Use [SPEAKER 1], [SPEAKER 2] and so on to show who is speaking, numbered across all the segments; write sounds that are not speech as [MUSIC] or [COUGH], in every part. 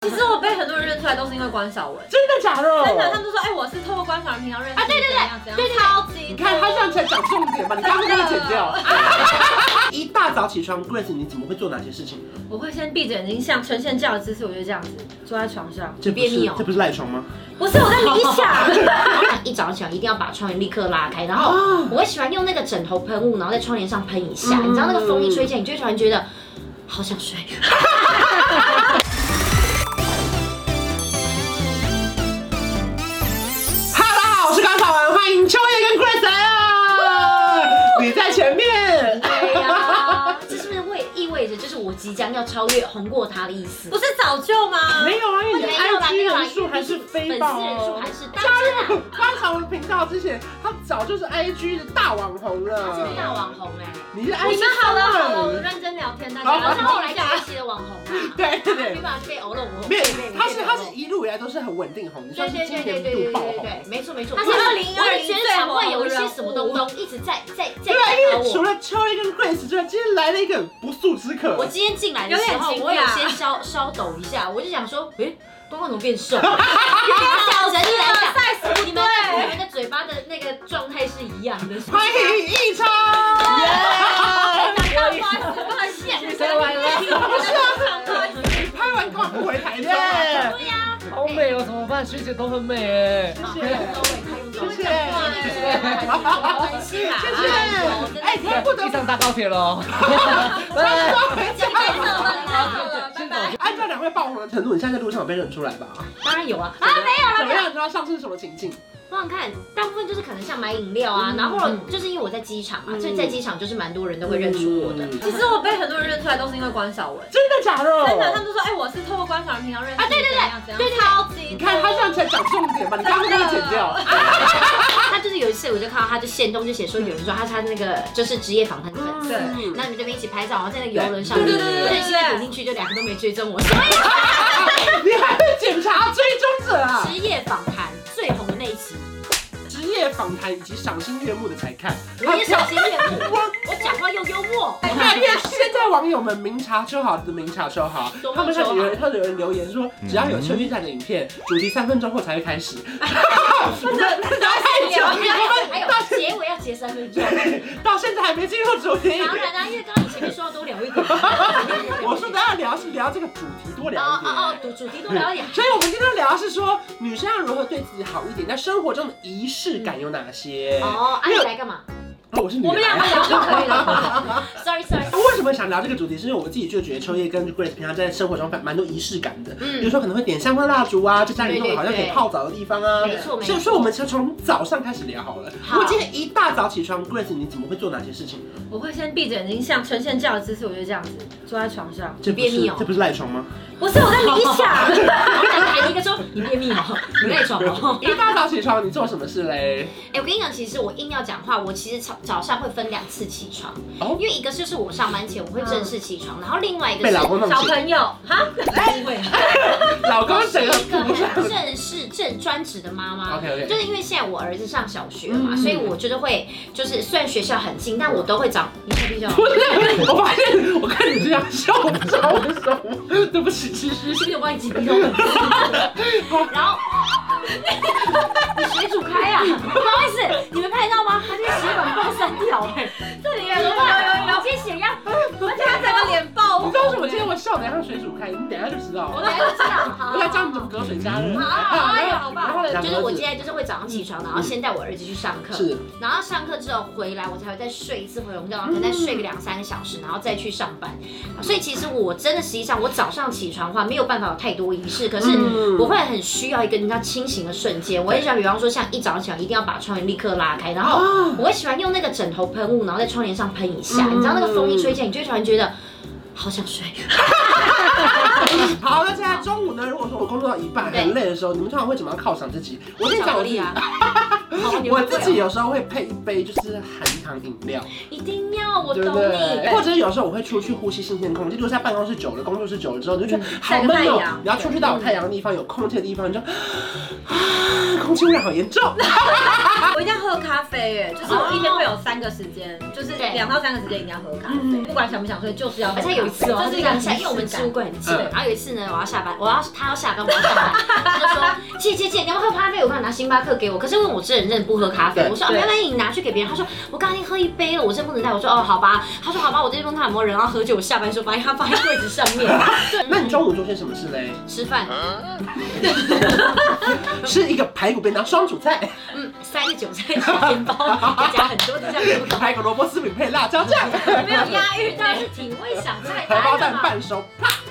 [SPEAKER 1] [LAUGHS] 其实我被很多人认出来都是因为关晓雯，
[SPEAKER 2] 真的假的？
[SPEAKER 1] 真的，他们都说，哎，我是透过关晓雯平常认识
[SPEAKER 3] 啊对对对
[SPEAKER 1] 怎样怎样
[SPEAKER 3] 对对对
[SPEAKER 1] 超级多。
[SPEAKER 2] 你看他站起来讲重点吧，你刚刚给我剪掉。一大早起床，Grace，你怎么会做哪些事情呢？
[SPEAKER 1] 我会先闭着眼睛，像呈现这样的姿势，我就这样子坐在床上。
[SPEAKER 2] 这不
[SPEAKER 3] 便秘
[SPEAKER 2] 是
[SPEAKER 3] 哦
[SPEAKER 2] 这不是赖床吗？
[SPEAKER 1] 不是我在理想，
[SPEAKER 2] [LAUGHS]
[SPEAKER 3] 一早起来一定要把窗帘立刻拉开，然后
[SPEAKER 2] 啊
[SPEAKER 3] 我会喜欢用那个枕头喷雾，然后在窗帘上喷一下，
[SPEAKER 2] 嗯
[SPEAKER 3] 你知道那个风一吹起来，你就会突然觉得好想睡。
[SPEAKER 2] 哈喽，大家好，我是高小文，欢迎秋叶跟 Grace 来了。你在前面，
[SPEAKER 3] 对
[SPEAKER 2] 嗯
[SPEAKER 3] 呀， [LAUGHS] 这是不是会意味着就是我即将要超越、红过他的意
[SPEAKER 1] [LAUGHS]
[SPEAKER 3] 思
[SPEAKER 1] 不？是早就吗？
[SPEAKER 2] 没有啊，因为你的
[SPEAKER 3] 没有啦
[SPEAKER 2] IG
[SPEAKER 3] 没有啦
[SPEAKER 2] 人数还是
[SPEAKER 3] 粉
[SPEAKER 2] 飞
[SPEAKER 3] 丝
[SPEAKER 2] 爆
[SPEAKER 3] 人数还
[SPEAKER 2] 哦。
[SPEAKER 3] 是大
[SPEAKER 2] 加入关晓雯频道之前，他早就是 IG 的大网红
[SPEAKER 3] 他是大
[SPEAKER 2] 了。
[SPEAKER 3] 网红哎，
[SPEAKER 2] 你是 IG
[SPEAKER 1] 你们好了好了，我们
[SPEAKER 2] 人，
[SPEAKER 1] 认真聊天，大
[SPEAKER 2] 好
[SPEAKER 1] 家
[SPEAKER 3] 他
[SPEAKER 1] [LAUGHS]
[SPEAKER 3] 是后
[SPEAKER 1] 冷
[SPEAKER 3] 来
[SPEAKER 1] 静一下。
[SPEAKER 3] 崛起的网红啊，
[SPEAKER 2] [LAUGHS] 对对对
[SPEAKER 3] 没。办法被偶了啊我，
[SPEAKER 2] 没有
[SPEAKER 3] 被被，
[SPEAKER 2] 他是
[SPEAKER 3] 被
[SPEAKER 2] 他
[SPEAKER 3] 偶了
[SPEAKER 2] 是一路以来都是很稳定红，你
[SPEAKER 3] 对
[SPEAKER 2] 算是
[SPEAKER 3] 对
[SPEAKER 2] 今
[SPEAKER 3] 对对
[SPEAKER 2] 年
[SPEAKER 3] 对
[SPEAKER 2] 度
[SPEAKER 3] 对
[SPEAKER 2] 爆
[SPEAKER 3] 对
[SPEAKER 2] 红。
[SPEAKER 3] 对，没错没错。
[SPEAKER 1] 他是2020
[SPEAKER 3] 我的宣传会有一些什么
[SPEAKER 2] [LAUGHS]
[SPEAKER 3] 东
[SPEAKER 1] 最火
[SPEAKER 3] 东一直在在在
[SPEAKER 2] 对啊，因
[SPEAKER 3] 干
[SPEAKER 2] 为
[SPEAKER 3] 扰
[SPEAKER 2] 除
[SPEAKER 3] 我。
[SPEAKER 2] 了秋叶跟 Grace 之外，今天来了一个不速之客。
[SPEAKER 3] [LAUGHS] 我今天进来的时候，
[SPEAKER 1] 有点惊讶
[SPEAKER 3] 我有先稍稍抖一下，我就想说，诶，关关怎么变
[SPEAKER 2] [LAUGHS]
[SPEAKER 3] 瘦？有点小人来讲，你们的你们的嘴巴的那个状态是一样的，是不
[SPEAKER 2] 欢
[SPEAKER 3] 是？
[SPEAKER 2] 迎一超。
[SPEAKER 1] 大瓜子，抱歉，
[SPEAKER 3] 谁玩了
[SPEAKER 2] 你拍完干嘛不回台中啊？
[SPEAKER 3] 对呀，
[SPEAKER 4] 好美哦，怎么办？学姐都很美哎。
[SPEAKER 3] 好
[SPEAKER 2] 谢
[SPEAKER 3] 开始收尾，开始收
[SPEAKER 2] 谢谢，
[SPEAKER 3] 尾
[SPEAKER 2] 谢谢。
[SPEAKER 3] 很欣赏啊我真的
[SPEAKER 2] 哎，他 [LAUGHS] 不得
[SPEAKER 4] 一上搭高铁 [LAUGHS] 喽。
[SPEAKER 2] [LAUGHS] 不啊
[SPEAKER 4] 拜
[SPEAKER 2] 说回家。
[SPEAKER 1] 拜拜。
[SPEAKER 2] 按照两位爆红的程度，你现在在路上有被认出来吧？
[SPEAKER 3] 当然有啊啊，没有
[SPEAKER 2] 怎么
[SPEAKER 3] 了，没有。
[SPEAKER 2] 样？你知道上次是什么情境？
[SPEAKER 3] 想想看，大部分就是可能像买饮料啊，然后或者就是因为我在机场嘛，
[SPEAKER 2] 嗯
[SPEAKER 3] 所以在机场就是蛮多人都会认出我的。
[SPEAKER 2] 嗯
[SPEAKER 1] 其实我被很多人认出来都是因为关晓雯，
[SPEAKER 2] 真的假的？
[SPEAKER 1] 真的，他们都说，哎，我是透过关晓雯平常认识
[SPEAKER 3] 啊对对对
[SPEAKER 1] 怎样怎样，
[SPEAKER 3] 对对对
[SPEAKER 1] 超级多。
[SPEAKER 2] 你看他站起来讲重点吧，你刚刚给我剪掉。
[SPEAKER 3] [LAUGHS] 他就是有一次，我就看到他就线动就写说，有人说他是他那个就是职业访谈的粉丝，
[SPEAKER 2] 嗯
[SPEAKER 3] 那你们这边一起拍照，然后在那个游轮上
[SPEAKER 2] 对
[SPEAKER 3] 面，
[SPEAKER 2] 对对对对
[SPEAKER 3] 现在点进去就两个都没追踪我，所以
[SPEAKER 2] [LAUGHS] 你还会检查追踪者啊？
[SPEAKER 3] 职业访谈最红的那一期，
[SPEAKER 2] 职业访谈以及赏心悦目的才看。
[SPEAKER 3] 我也赏心悦目，我讲话又幽默，
[SPEAKER 2] 我看因为现在网友们明察秋毫的明察秋毫
[SPEAKER 3] 多，么
[SPEAKER 2] 他们开始有
[SPEAKER 3] 秋
[SPEAKER 2] 人，他们有人留言说，只要有秋叶站的影片，主题三分钟后才会开始。我们太久了，
[SPEAKER 3] 还有还有结尾要结三分钟，
[SPEAKER 2] 到现在还没进入主题。
[SPEAKER 3] 当然啦、因为刚刚你前面说要多聊一点，
[SPEAKER 2] 我说的要聊是聊这个主题，多聊
[SPEAKER 3] 哦
[SPEAKER 2] 一
[SPEAKER 3] 哦哦
[SPEAKER 2] 点。，
[SPEAKER 3] 主主题多聊一点。
[SPEAKER 2] 所以，我们今天聊的是说，女生要如何对自己好一点，在生活中的仪式感有哪些？
[SPEAKER 3] 哦，啊啊，你来干嘛
[SPEAKER 2] 哦，我是女
[SPEAKER 1] 我们两个
[SPEAKER 2] 孩。
[SPEAKER 1] 聊就可以了。
[SPEAKER 3] ？Sorry Sorry，
[SPEAKER 2] 那为什么想聊这个主题？是因为我自己就觉得秋叶跟 Grace 平常在生活中蛮蛮多仪式感的，比如
[SPEAKER 3] 嗯，
[SPEAKER 2] 说可能会点香氛蜡烛啊，就家里弄
[SPEAKER 3] 对对
[SPEAKER 2] 得好像可以
[SPEAKER 3] 对
[SPEAKER 2] 泡澡的地方啊。
[SPEAKER 3] 没错没
[SPEAKER 2] 所
[SPEAKER 3] 错
[SPEAKER 2] 以。说，我们就从早上开始聊好了。
[SPEAKER 3] 好
[SPEAKER 2] 如果今天一大早起床，Grace，你怎么会做哪些事情呢？
[SPEAKER 1] 我会先闭着眼睛，像呈现这样的姿势，我就这样子坐在床上。
[SPEAKER 2] 这不
[SPEAKER 3] 便秘
[SPEAKER 2] 是
[SPEAKER 3] 哦
[SPEAKER 2] 这不是赖床吗？
[SPEAKER 1] 不是我在理想，
[SPEAKER 3] [LAUGHS] 我感觉还一个说你便秘哦，你赖床
[SPEAKER 2] [LAUGHS]
[SPEAKER 3] 哦。[LAUGHS]
[SPEAKER 2] 一大早起床，你做什么事嘞？
[SPEAKER 3] 哎、我跟你讲，其实我硬要讲话，我其实早早上会分两次起床，
[SPEAKER 2] 哦
[SPEAKER 3] 因为一个就是我上班前我会正式
[SPEAKER 1] 嗯
[SPEAKER 3] 起床，然后另外一个
[SPEAKER 2] 被
[SPEAKER 3] 是
[SPEAKER 2] 老公弄
[SPEAKER 1] 小
[SPEAKER 2] 醒，
[SPEAKER 1] 朋友哈，
[SPEAKER 2] [LAUGHS] 老公整
[SPEAKER 3] 我
[SPEAKER 2] 个
[SPEAKER 3] [LAUGHS] 是一个
[SPEAKER 2] 扑上
[SPEAKER 3] 很。正式正专职的妈妈。
[SPEAKER 2] OK
[SPEAKER 3] 就
[SPEAKER 2] OK，
[SPEAKER 3] 是因为现在我儿子上小学嘛，
[SPEAKER 2] 嗯
[SPEAKER 3] 所以我就是会，就是虽然学校很近，但我都会找你看学校，
[SPEAKER 2] 不是，我发现我看你这样笑，我不知道为什么。对不起，其实
[SPEAKER 3] 是不是有帮你挤鼻孔？
[SPEAKER 2] [LAUGHS]
[SPEAKER 3] 然后你水煮开啊，不好意思，你们拍到吗？他这个血管爆三条哎、
[SPEAKER 1] 这里有有有有，
[SPEAKER 3] 这血压，
[SPEAKER 1] 而且他整个脸爆
[SPEAKER 2] 你
[SPEAKER 3] [LAUGHS]
[SPEAKER 1] 红
[SPEAKER 2] 知道为什么今天我笑得像水煮开？你等一下就知道
[SPEAKER 3] 我
[SPEAKER 2] 了。
[SPEAKER 3] 来知道，好
[SPEAKER 2] 我来教你怎么隔水加热。啊
[SPEAKER 3] 好，哎呦，好
[SPEAKER 2] 然
[SPEAKER 3] 棒！
[SPEAKER 2] 后呢，
[SPEAKER 3] 就是我现在就是会早上起床，然后先带我儿子去上课，
[SPEAKER 2] 嗯是
[SPEAKER 3] 然后上课之后回来，我才会再睡一次回笼觉，然后可能再睡个两三个小时，然后再去上班。所以其实我真的实际上我早上起床的话，没有办法有太多仪式，可是。
[SPEAKER 2] 嗯
[SPEAKER 3] 我会很需要一个你知道清醒的瞬间，我很喜欢，比方说像一早起来一定要把窗帘立刻拉开，然后
[SPEAKER 2] 啊
[SPEAKER 3] 我会喜欢用那个枕头喷雾，然后在窗帘上喷一下，
[SPEAKER 2] 嗯
[SPEAKER 3] 你知道那个风一吹起来，你就会突然觉得好想睡。
[SPEAKER 2] 好，那现在中午呢？如果说我工作到一半
[SPEAKER 3] 对
[SPEAKER 2] 很累的时候，你们通常会怎么样犒赏自己？我跟你
[SPEAKER 3] 巧
[SPEAKER 2] 讲，
[SPEAKER 3] 克
[SPEAKER 2] 我
[SPEAKER 3] 力
[SPEAKER 2] 自己 [LAUGHS]
[SPEAKER 3] 啊，好你
[SPEAKER 2] 我
[SPEAKER 3] 们会
[SPEAKER 2] 自
[SPEAKER 3] 哦
[SPEAKER 2] 己有时候会配一杯就是含糖饮料，
[SPEAKER 3] 一定要，我
[SPEAKER 2] 对
[SPEAKER 3] 懂
[SPEAKER 2] 不对？
[SPEAKER 3] 你。
[SPEAKER 2] 或者是有时候我会出去呼吸新鲜空气，就是在办公室久了，工作室久了之后，你就觉得好
[SPEAKER 1] 晒
[SPEAKER 2] 闷
[SPEAKER 1] 个太
[SPEAKER 2] 哦
[SPEAKER 1] 阳。
[SPEAKER 2] 你要出去到有太阳的地方，有空气的地方，你就 [SIGHS] 啊，空气污染好严重。
[SPEAKER 1] 我一定要喝咖啡，哎，就是我一天会有三个时间，就是
[SPEAKER 3] 哦对
[SPEAKER 1] 两到三个时间一定要喝咖啡，
[SPEAKER 2] 嗯
[SPEAKER 1] 不管想不想睡就是要喝
[SPEAKER 3] 而
[SPEAKER 1] 咖啡。
[SPEAKER 3] 且有一次哦，
[SPEAKER 1] 这
[SPEAKER 3] 就是是
[SPEAKER 1] 一个
[SPEAKER 3] 一
[SPEAKER 1] 仪
[SPEAKER 3] 下，因为我们
[SPEAKER 1] 式
[SPEAKER 3] 置
[SPEAKER 1] 感。
[SPEAKER 3] 物柜很近，
[SPEAKER 2] 嗯
[SPEAKER 3] 然后有一次呢，我要下班，我要他要下班，我要上班， [LAUGHS] 他就说姐姐姐，你要不要喝咖啡？我帮你拿星巴克给我。可是问我真人不喝咖啡，
[SPEAKER 2] 对
[SPEAKER 3] 我说啊，
[SPEAKER 1] 对
[SPEAKER 3] 没关系，你拿去给别人。他说我刚刚已经喝一杯了，我真不能带。我说哦，好吧。他说好吧，我这边问他有没有人要喝酒，我下班的时候发现他放在柜子上面。
[SPEAKER 2] 那你
[SPEAKER 3] [LAUGHS]
[SPEAKER 2] 中午做些什么事嘞？
[SPEAKER 3] 吃饭，
[SPEAKER 2] 是一个排骨便当双主菜， [LAUGHS]
[SPEAKER 3] 嗯，塞个韭菜小面包，再加很多的酱油。
[SPEAKER 2] 排骨萝卜丝饼配辣椒酱，
[SPEAKER 3] 没有押韵，但是挺会想菜 [LAUGHS]
[SPEAKER 2] 荷 [LAUGHS] 包
[SPEAKER 3] 单
[SPEAKER 2] 蛋
[SPEAKER 3] 的嘛。
[SPEAKER 2] 半熟。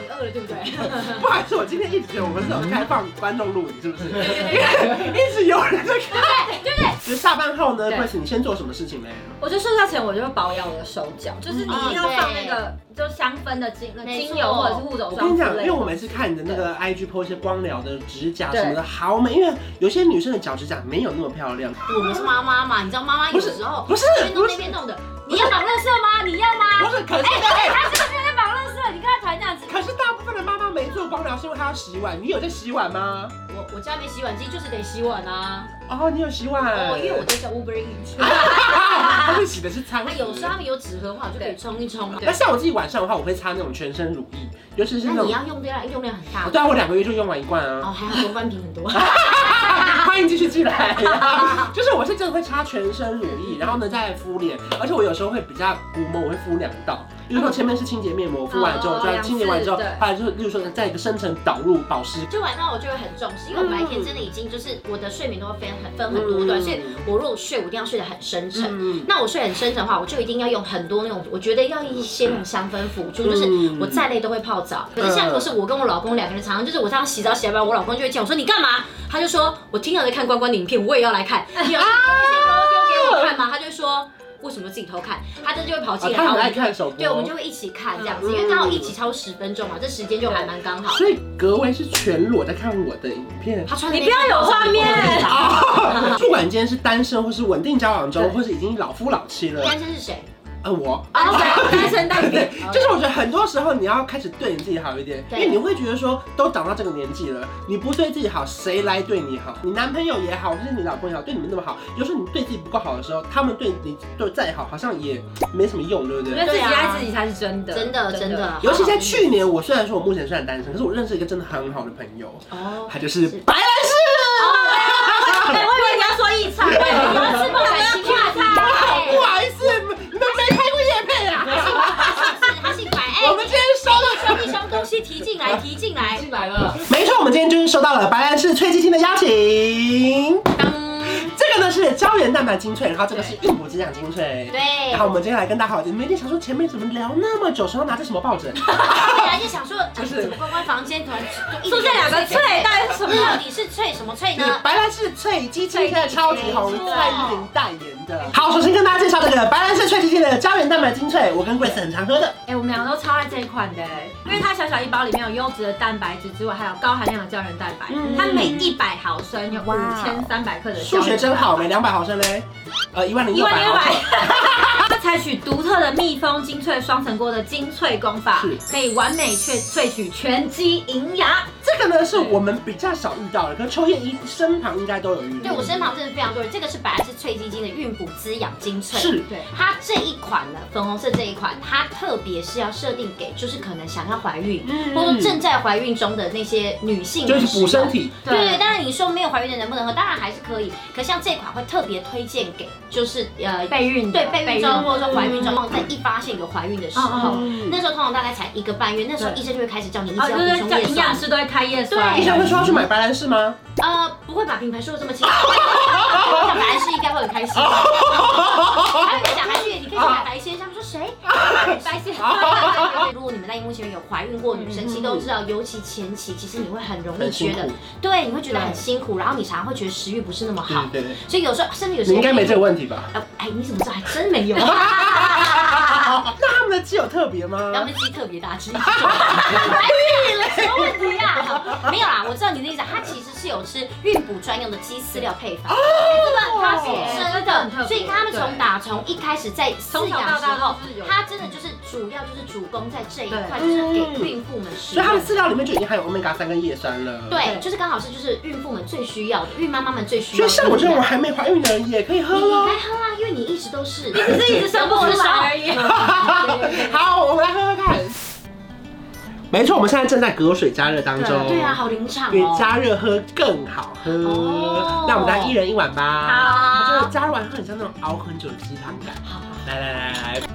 [SPEAKER 3] 你饿了对不对？ [LAUGHS]
[SPEAKER 2] 不好意思，我今天一直觉得我们是有开放观众录影，是不是？因为一直有人在看。
[SPEAKER 3] 对不对？
[SPEAKER 2] 其实下班后呢，
[SPEAKER 1] 对
[SPEAKER 2] Grace，你先做什么事情嘞？
[SPEAKER 1] 我觉得睡觉前我就会保养我的手脚，就是你一定要
[SPEAKER 3] 嗯
[SPEAKER 1] 放那个就香氛的精
[SPEAKER 3] 没错
[SPEAKER 1] 精油或者是护手
[SPEAKER 2] 我
[SPEAKER 1] 霜
[SPEAKER 2] 跟你
[SPEAKER 1] 之
[SPEAKER 2] 讲，因
[SPEAKER 1] 类
[SPEAKER 2] 为
[SPEAKER 1] 的。
[SPEAKER 2] 我每次看你的那个 IG po 一些光疗的指甲
[SPEAKER 1] 对
[SPEAKER 2] 什么的，好美。因为有些女生的脚指甲没有那么漂亮，
[SPEAKER 3] 我们是妈妈嘛，你知道妈妈有时候
[SPEAKER 2] 不是
[SPEAKER 3] 边弄
[SPEAKER 2] 不
[SPEAKER 3] 那
[SPEAKER 2] 是
[SPEAKER 3] 边弄的。哎你要绑乐色吗？你要吗？
[SPEAKER 2] 不是，可是哎，
[SPEAKER 3] 他是不是在绑乐色？你跟他谈这样子。
[SPEAKER 2] 可是大部分的妈妈没做光疗是因为她要洗碗，你有在洗碗吗？
[SPEAKER 3] 我我家没洗碗机，就是得洗碗啊。
[SPEAKER 2] 哦，你有洗碗。
[SPEAKER 3] 哦，因为我在叫 Uber
[SPEAKER 2] [LAUGHS]
[SPEAKER 3] Eats。
[SPEAKER 2] 啊，她是洗的是餐
[SPEAKER 3] 那
[SPEAKER 2] 盒
[SPEAKER 3] 有时候他们有纸盒的话，我就可以冲一冲。
[SPEAKER 2] 那像我自己晚上的话，我会擦那种全身乳液，尤其是那
[SPEAKER 3] 那你
[SPEAKER 2] 种。
[SPEAKER 3] 要用量用量很
[SPEAKER 2] [LAUGHS]
[SPEAKER 3] 大。
[SPEAKER 2] 对啊，我两个月就用完一罐啊。
[SPEAKER 3] 哦，还好多半瓶
[SPEAKER 2] [LAUGHS]
[SPEAKER 3] 很多。
[SPEAKER 2] 欢迎继续进来、就是我是真的会擦全身乳液，然后呢再敷脸，而且我有时候会比较古摸，我会敷两道。比如说前面是清洁面膜，敷完之后，
[SPEAKER 1] 哦
[SPEAKER 2] 就要清洁完之后
[SPEAKER 1] 两次，对
[SPEAKER 2] 后来就是，例如说在一个深层导入保湿。
[SPEAKER 3] 就晚上我就会很重视，因为我白天真的已经就是我的睡眠都会分很分很多段，
[SPEAKER 2] 嗯
[SPEAKER 3] 所以我如果睡，我一定要睡得很深沉。
[SPEAKER 2] 嗯，
[SPEAKER 3] 那我睡很深沉的话，我就一定要用很多那种，我觉得要一些那种香氛辅助，就是嗯
[SPEAKER 2] 嗯
[SPEAKER 3] 我再累都会泡澡。可是像如果是我跟我老公两个人，常常就是我这样洗澡洗到一半，我老公就会叫我说你干嘛？他就说我经常在看关关的影片，我也要来看。你有时候偷丢给我看吗？他就说为什么自己偷看？他这就会跑
[SPEAKER 2] 啊
[SPEAKER 3] 进来，
[SPEAKER 2] 他
[SPEAKER 3] 然
[SPEAKER 2] 很
[SPEAKER 3] 后我
[SPEAKER 2] 爱
[SPEAKER 3] 们
[SPEAKER 2] 看手
[SPEAKER 3] 对，我们
[SPEAKER 2] 播
[SPEAKER 3] 就。会一起看这样
[SPEAKER 2] 嗯
[SPEAKER 3] 子，因为刚好一起超十分钟嘛，这时间就还蛮刚好。
[SPEAKER 2] 所以格维是全裸在看我的影片。
[SPEAKER 3] 他穿
[SPEAKER 1] 你不要有画面
[SPEAKER 3] [LAUGHS]
[SPEAKER 2] 啊，不管今天是单身，或是稳定交往中，
[SPEAKER 1] 对
[SPEAKER 2] 或是已经老夫老妻了，
[SPEAKER 3] 单身是
[SPEAKER 2] [LAUGHS]
[SPEAKER 3] 谁？
[SPEAKER 2] 呃，我
[SPEAKER 1] 啊，对单身
[SPEAKER 3] [LAUGHS]
[SPEAKER 1] 代表
[SPEAKER 2] 对，
[SPEAKER 3] 啊
[SPEAKER 2] 就是我觉得很多时候你要开始对你自己好一点，因
[SPEAKER 3] 对
[SPEAKER 2] 为你会觉得说都长到这个年纪了，你不对自己好，谁来对你好？
[SPEAKER 3] 嗯
[SPEAKER 2] 你男朋友也好，或是你老公也好，对你们那么好，有时候你对自己不够好的时候，他们对你对再好，好像也没什么用，对不
[SPEAKER 1] 我觉
[SPEAKER 2] 对？
[SPEAKER 1] 得自己
[SPEAKER 3] 对啊
[SPEAKER 1] 爱自己才是真的，
[SPEAKER 3] 真的真的，
[SPEAKER 2] 尤其在去年，我虽然说我目前虽然单身，可是我认识一个真的很好的朋友，
[SPEAKER 3] 哦， [LAUGHS]
[SPEAKER 2] 他就是
[SPEAKER 3] 是
[SPEAKER 2] 白兰
[SPEAKER 1] 对，我以为哎你要说异常，我以为你要
[SPEAKER 3] 吃饱才吃大
[SPEAKER 2] [LAUGHS]
[SPEAKER 3] 餐。
[SPEAKER 2] 氏。不好意思，你们没拍过夜配啊？
[SPEAKER 3] 他姓他姓白，哎
[SPEAKER 2] 我们今天收到。
[SPEAKER 3] 兄弟兄东西提进来，提进来，
[SPEAKER 4] 进来了，
[SPEAKER 2] 没错，我们今天就是收到了白兰氏崔继清的邀请。
[SPEAKER 3] 当
[SPEAKER 2] 这个呢是胶原蛋白精粹，然后这个是硬骨滋养精粹。
[SPEAKER 3] 对
[SPEAKER 2] 然，后我们今天来跟大家好，你们一定想说前面怎么聊那么久，手上拿着什么抱
[SPEAKER 3] [LAUGHS]
[SPEAKER 2] 枕？
[SPEAKER 3] 对啊，就想说，哎
[SPEAKER 2] 是
[SPEAKER 3] 怎么关关房间突然
[SPEAKER 1] 出现两个脆，到底是什
[SPEAKER 3] 什
[SPEAKER 1] 么
[SPEAKER 3] 么？到底是脆什么脆
[SPEAKER 2] 就是
[SPEAKER 3] 呢？
[SPEAKER 2] 白兰氏脆鸡精，现在超级红
[SPEAKER 3] 没，错
[SPEAKER 2] 蔡依林代言的。好，首先跟大家介绍这个白兰氏脆鸡精的胶原蛋白精粹，我跟 Grace 很常喝的。
[SPEAKER 1] 哎、我们两个都超爱这一款的、哎因为它小小一包里面有优质的蛋白质之外，还有高含量的胶原蛋白。
[SPEAKER 2] 嗯
[SPEAKER 1] 它每一百毫升有
[SPEAKER 2] 哇
[SPEAKER 1] 五千三百克的胶
[SPEAKER 2] 数
[SPEAKER 1] 原蛋白
[SPEAKER 2] 学真好，每两百毫升嘞，呃，一万零
[SPEAKER 1] 一
[SPEAKER 2] 六
[SPEAKER 1] 万
[SPEAKER 2] 百
[SPEAKER 1] 六 [LAUGHS]
[SPEAKER 2] 毫
[SPEAKER 1] 百
[SPEAKER 2] 升。。
[SPEAKER 1] 它采取独特的密封精粹双层锅的精粹工法
[SPEAKER 2] 是，
[SPEAKER 1] 可以完美萃萃取全基营养。
[SPEAKER 2] 这个呢是我们比较少遇到的，可是秋叶一身旁应该都有遇到。
[SPEAKER 3] 对我身旁真的非常多人，这个是本来是脆鸡精的孕补滋养精粹。
[SPEAKER 2] 是
[SPEAKER 1] 对，
[SPEAKER 3] 它这一款呢，粉红色这一款，它特别是要设定给就是可能想要怀孕，
[SPEAKER 2] 嗯
[SPEAKER 3] 或者说正在怀孕中的那些女性，
[SPEAKER 2] 就是补身。体。
[SPEAKER 3] 对对，当然你说没有怀孕的能不能喝，当然还是可以。可像这款会特别推荐给就是呃
[SPEAKER 1] 备孕的
[SPEAKER 3] 对备孕中或者说怀孕中，
[SPEAKER 2] 嗯
[SPEAKER 3] 在一发现有怀孕的时候，
[SPEAKER 2] 嗯
[SPEAKER 3] 那时候通常大概才一个半月，那时候
[SPEAKER 1] 对
[SPEAKER 3] 医生就会开始叫你一直
[SPEAKER 2] 啊
[SPEAKER 1] 哦，就
[SPEAKER 3] 要补
[SPEAKER 1] 是
[SPEAKER 3] 充
[SPEAKER 1] 叫
[SPEAKER 3] 叶
[SPEAKER 1] 营养
[SPEAKER 3] 酸。
[SPEAKER 1] 师都会开叶酸
[SPEAKER 3] 对
[SPEAKER 2] 医。生会说要去买白兰氏吗？
[SPEAKER 3] 呃，不会把品牌说的这么
[SPEAKER 2] [LAUGHS]
[SPEAKER 3] 清楚，我想白是应该会很开心。还有一个讲白是，你可以去买白先生，
[SPEAKER 2] [LAUGHS]
[SPEAKER 3] 说谁？白先生。 [LAUGHS] 如果你们在荧幕前面有怀孕过的女生，其实都知道，尤其前期，其实你会很容易
[SPEAKER 2] 嗯很
[SPEAKER 3] 觉
[SPEAKER 2] 辛
[SPEAKER 3] 得
[SPEAKER 2] 苦，
[SPEAKER 3] 对，你会觉得很辛苦，然后你常常会觉得食欲不是那么好，
[SPEAKER 2] 嗯对对
[SPEAKER 3] 所以有时候甚至有
[SPEAKER 2] 对，
[SPEAKER 3] 时
[SPEAKER 2] 你
[SPEAKER 3] 候
[SPEAKER 2] 应该没这个问题吧？
[SPEAKER 3] 呃，哎，你怎么知道？还
[SPEAKER 2] [LAUGHS]
[SPEAKER 3] 真没有。
[SPEAKER 2] 那他们的鸡有特别吗？
[SPEAKER 3] 然后那鸡特别大 [LAUGHS] 只，白屁了，什么问题啊？没有啦，我知道你的意思，它其实是有吃孕哺专用的鸡饲料配方，这个它是真
[SPEAKER 1] 很特别
[SPEAKER 3] 的，所以他们从打从一开始在饲
[SPEAKER 1] 从小
[SPEAKER 3] 养
[SPEAKER 1] 到
[SPEAKER 3] 时
[SPEAKER 1] 大
[SPEAKER 3] 候
[SPEAKER 1] 都，是有。
[SPEAKER 3] 它真的就是主要就是主攻在这一块，
[SPEAKER 1] 对
[SPEAKER 3] 就是给孕妇们食
[SPEAKER 2] 所以它
[SPEAKER 3] 用
[SPEAKER 2] 的。饲料里面就已经含有 omega 三跟叶酸了。。
[SPEAKER 3] 对，就是刚好是就是孕妇们最需要的，孕妈妈们最需要
[SPEAKER 2] 所以像
[SPEAKER 3] 的营养。
[SPEAKER 2] 我这种还没怀孕的人也可以喝
[SPEAKER 3] 你你
[SPEAKER 2] 喽。
[SPEAKER 3] 该喝啊，因为你一直都是，
[SPEAKER 2] 啊
[SPEAKER 1] 只是一直生不出来而已。
[SPEAKER 3] 对对对
[SPEAKER 2] 好，我们来喝喝看。没错，我们现在正在隔水加热当中。
[SPEAKER 3] 对啊，，好临场
[SPEAKER 2] 比
[SPEAKER 3] 哦。
[SPEAKER 2] 加热喝更好喝。
[SPEAKER 3] 哦
[SPEAKER 2] 那我们大家一人一碗吧。
[SPEAKER 3] 好
[SPEAKER 2] 它真的加热完之后，很像那种熬很久的鸡汤感。
[SPEAKER 3] 好
[SPEAKER 2] 来来来来来，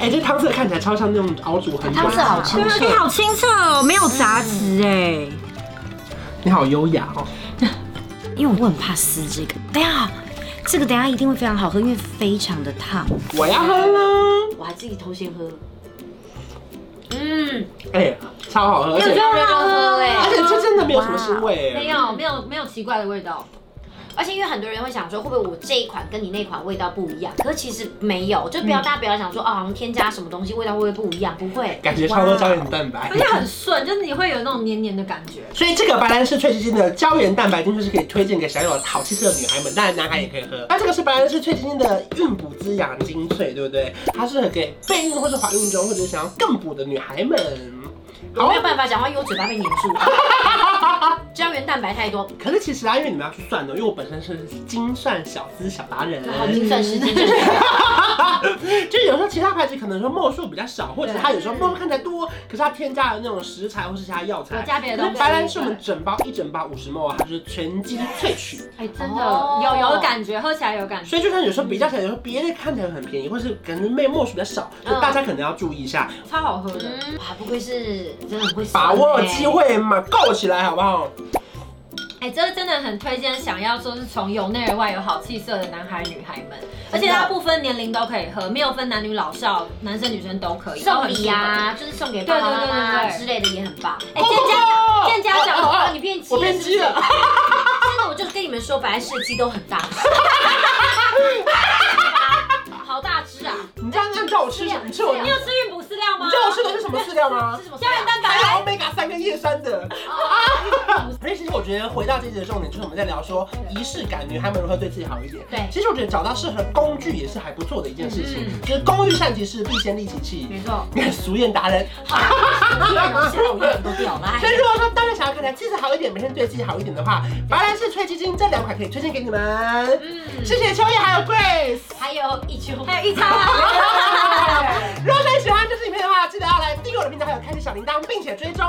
[SPEAKER 2] 哎，这汤色看起来超像那种熬煮很久。
[SPEAKER 3] 汤色好清
[SPEAKER 1] 对啊，你好清澈哦，没有杂质哎。
[SPEAKER 2] 你好优雅哦。
[SPEAKER 5] 因为我很怕撕这个。等一下，这个等一下一定会非常好喝，因为非常的烫。
[SPEAKER 2] 我要喝了。
[SPEAKER 3] 我还自己偷先喝。嗯，
[SPEAKER 2] 哎，超好喝，而
[SPEAKER 3] 没有
[SPEAKER 2] 且
[SPEAKER 3] 热
[SPEAKER 1] 啊
[SPEAKER 3] 热喝
[SPEAKER 1] 欸
[SPEAKER 2] 而
[SPEAKER 3] 哎，
[SPEAKER 2] 且这真的没有什么腥味。
[SPEAKER 1] 没。有没有没有奇怪的味道，
[SPEAKER 3] 而且因为很多人会想说，会不会我这一款跟你那款味道不一样？可是其实没有，就不
[SPEAKER 5] 嗯
[SPEAKER 3] 要大家不要想说，哦，好像添加什么东西味道会不会不一样？不会，
[SPEAKER 2] 感觉超多胶原蛋白
[SPEAKER 1] 而。且很顺，就是你会有那种黏黏的感觉。
[SPEAKER 2] 所以这个白兰氏脆鸡精的胶原蛋白精就是可以推荐给想有好气色的女孩们，当然男孩也可以喝。那这个是白兰氏脆鸡精的孕补滋养精粹，对不对？它适合给备孕或是怀孕中，或者想要更补的女孩们。
[SPEAKER 3] 我
[SPEAKER 2] 好
[SPEAKER 3] 没，有办法讲话，因为我嘴巴被黏住， [LAUGHS] 胶原蛋白太多，
[SPEAKER 2] 可是其实啊，因为你们要去算的，因为我本身是精算小资小达人，
[SPEAKER 5] 嗯
[SPEAKER 3] 好精算时间
[SPEAKER 5] [LAUGHS]
[SPEAKER 3] 就是
[SPEAKER 2] 就有时候其他牌子可能说墨数比较少，或者它有时候墨数看起来多，可是它添加了那种食材或是其他药
[SPEAKER 1] 我
[SPEAKER 2] 材。
[SPEAKER 1] 加别的
[SPEAKER 2] 可
[SPEAKER 1] 东
[SPEAKER 2] 是
[SPEAKER 1] 西，
[SPEAKER 2] 白兰氏我们整包一整包五十 ml，它就是全鸡萃取。
[SPEAKER 1] 哎，真的
[SPEAKER 3] 哦
[SPEAKER 1] 有有感觉，喝起来有感觉。
[SPEAKER 2] 所以就算有时候比较起来，有时候别的看起来很便宜，或是感觉妹墨水比较少，就大家可能要注意一下，
[SPEAKER 1] 超好喝的。
[SPEAKER 3] 嗯，哇，不愧是真的很会算
[SPEAKER 2] 把握
[SPEAKER 3] 欸
[SPEAKER 2] 机。会嘛，够起来好不好？
[SPEAKER 1] 哎、这真的很推荐，想要说是从由内而外有好气色的男孩女孩们，而且它不分年龄都可以喝，没有分男女老少，男生女生都可以。
[SPEAKER 3] 欸送礼
[SPEAKER 1] 都很
[SPEAKER 3] 呀、就是送给爸爸
[SPEAKER 1] 对
[SPEAKER 3] 妈妈
[SPEAKER 1] 对对对对
[SPEAKER 3] 之类的也很棒。哎、
[SPEAKER 1] 啊哎见
[SPEAKER 2] 哦
[SPEAKER 3] 见家
[SPEAKER 2] [LAUGHS]
[SPEAKER 3] 长，哇，你变鸡
[SPEAKER 2] 我
[SPEAKER 3] 了，
[SPEAKER 2] 变鸡了，
[SPEAKER 3] 是不是真的，我就跟你们说，本来设计都很大只，好大只啊！
[SPEAKER 2] 你这样这样叫我吃什么？你吃我，你
[SPEAKER 1] 适合。你有吃孕补饲料吗？
[SPEAKER 2] 知道我吃的是什么饲料吗
[SPEAKER 3] 是？什么？
[SPEAKER 1] 胶原蛋白。
[SPEAKER 2] 还有 omega 三跟叶酸的。而且其实我觉得回到这集的重点，就是我们在聊说仪式感，女孩们如何对自己好一点。
[SPEAKER 3] 对
[SPEAKER 2] 其实我觉得找到适合工具也是还不错的一件事情，
[SPEAKER 1] 嗯
[SPEAKER 2] 就是工欲善其事，必先利其器。
[SPEAKER 1] 没错，
[SPEAKER 2] 你看俗谚达人，
[SPEAKER 3] 我吓到我的脸都掉了。
[SPEAKER 2] 所以如果说大家想要看起来气质好一点，每天对自己好一点的话，白兰氏脆鸡精这两款可以推荐给你们。
[SPEAKER 3] 嗯，
[SPEAKER 2] 谢谢秋叶还有 Grace。
[SPEAKER 3] 还有一球，
[SPEAKER 1] 还有一餐。
[SPEAKER 2] [LAUGHS] 如果说你喜欢这支影片的话，记得要来订阅我的频道，还有开启小铃铛，并且追踪。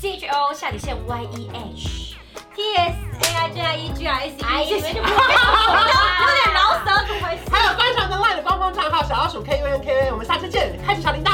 [SPEAKER 3] C H O 下底线 Y E H。
[SPEAKER 1] T S A I G I E G I S
[SPEAKER 3] 哎
[SPEAKER 1] E，
[SPEAKER 3] 呀
[SPEAKER 1] 谢谢。
[SPEAKER 3] 你
[SPEAKER 1] 有
[SPEAKER 3] 们就不要
[SPEAKER 1] 点饶舌，怎么回事？
[SPEAKER 2] 还有观赏的 LINE 的官方账号小老鼠 K U N K U N，我们下次见，开启小铃铛。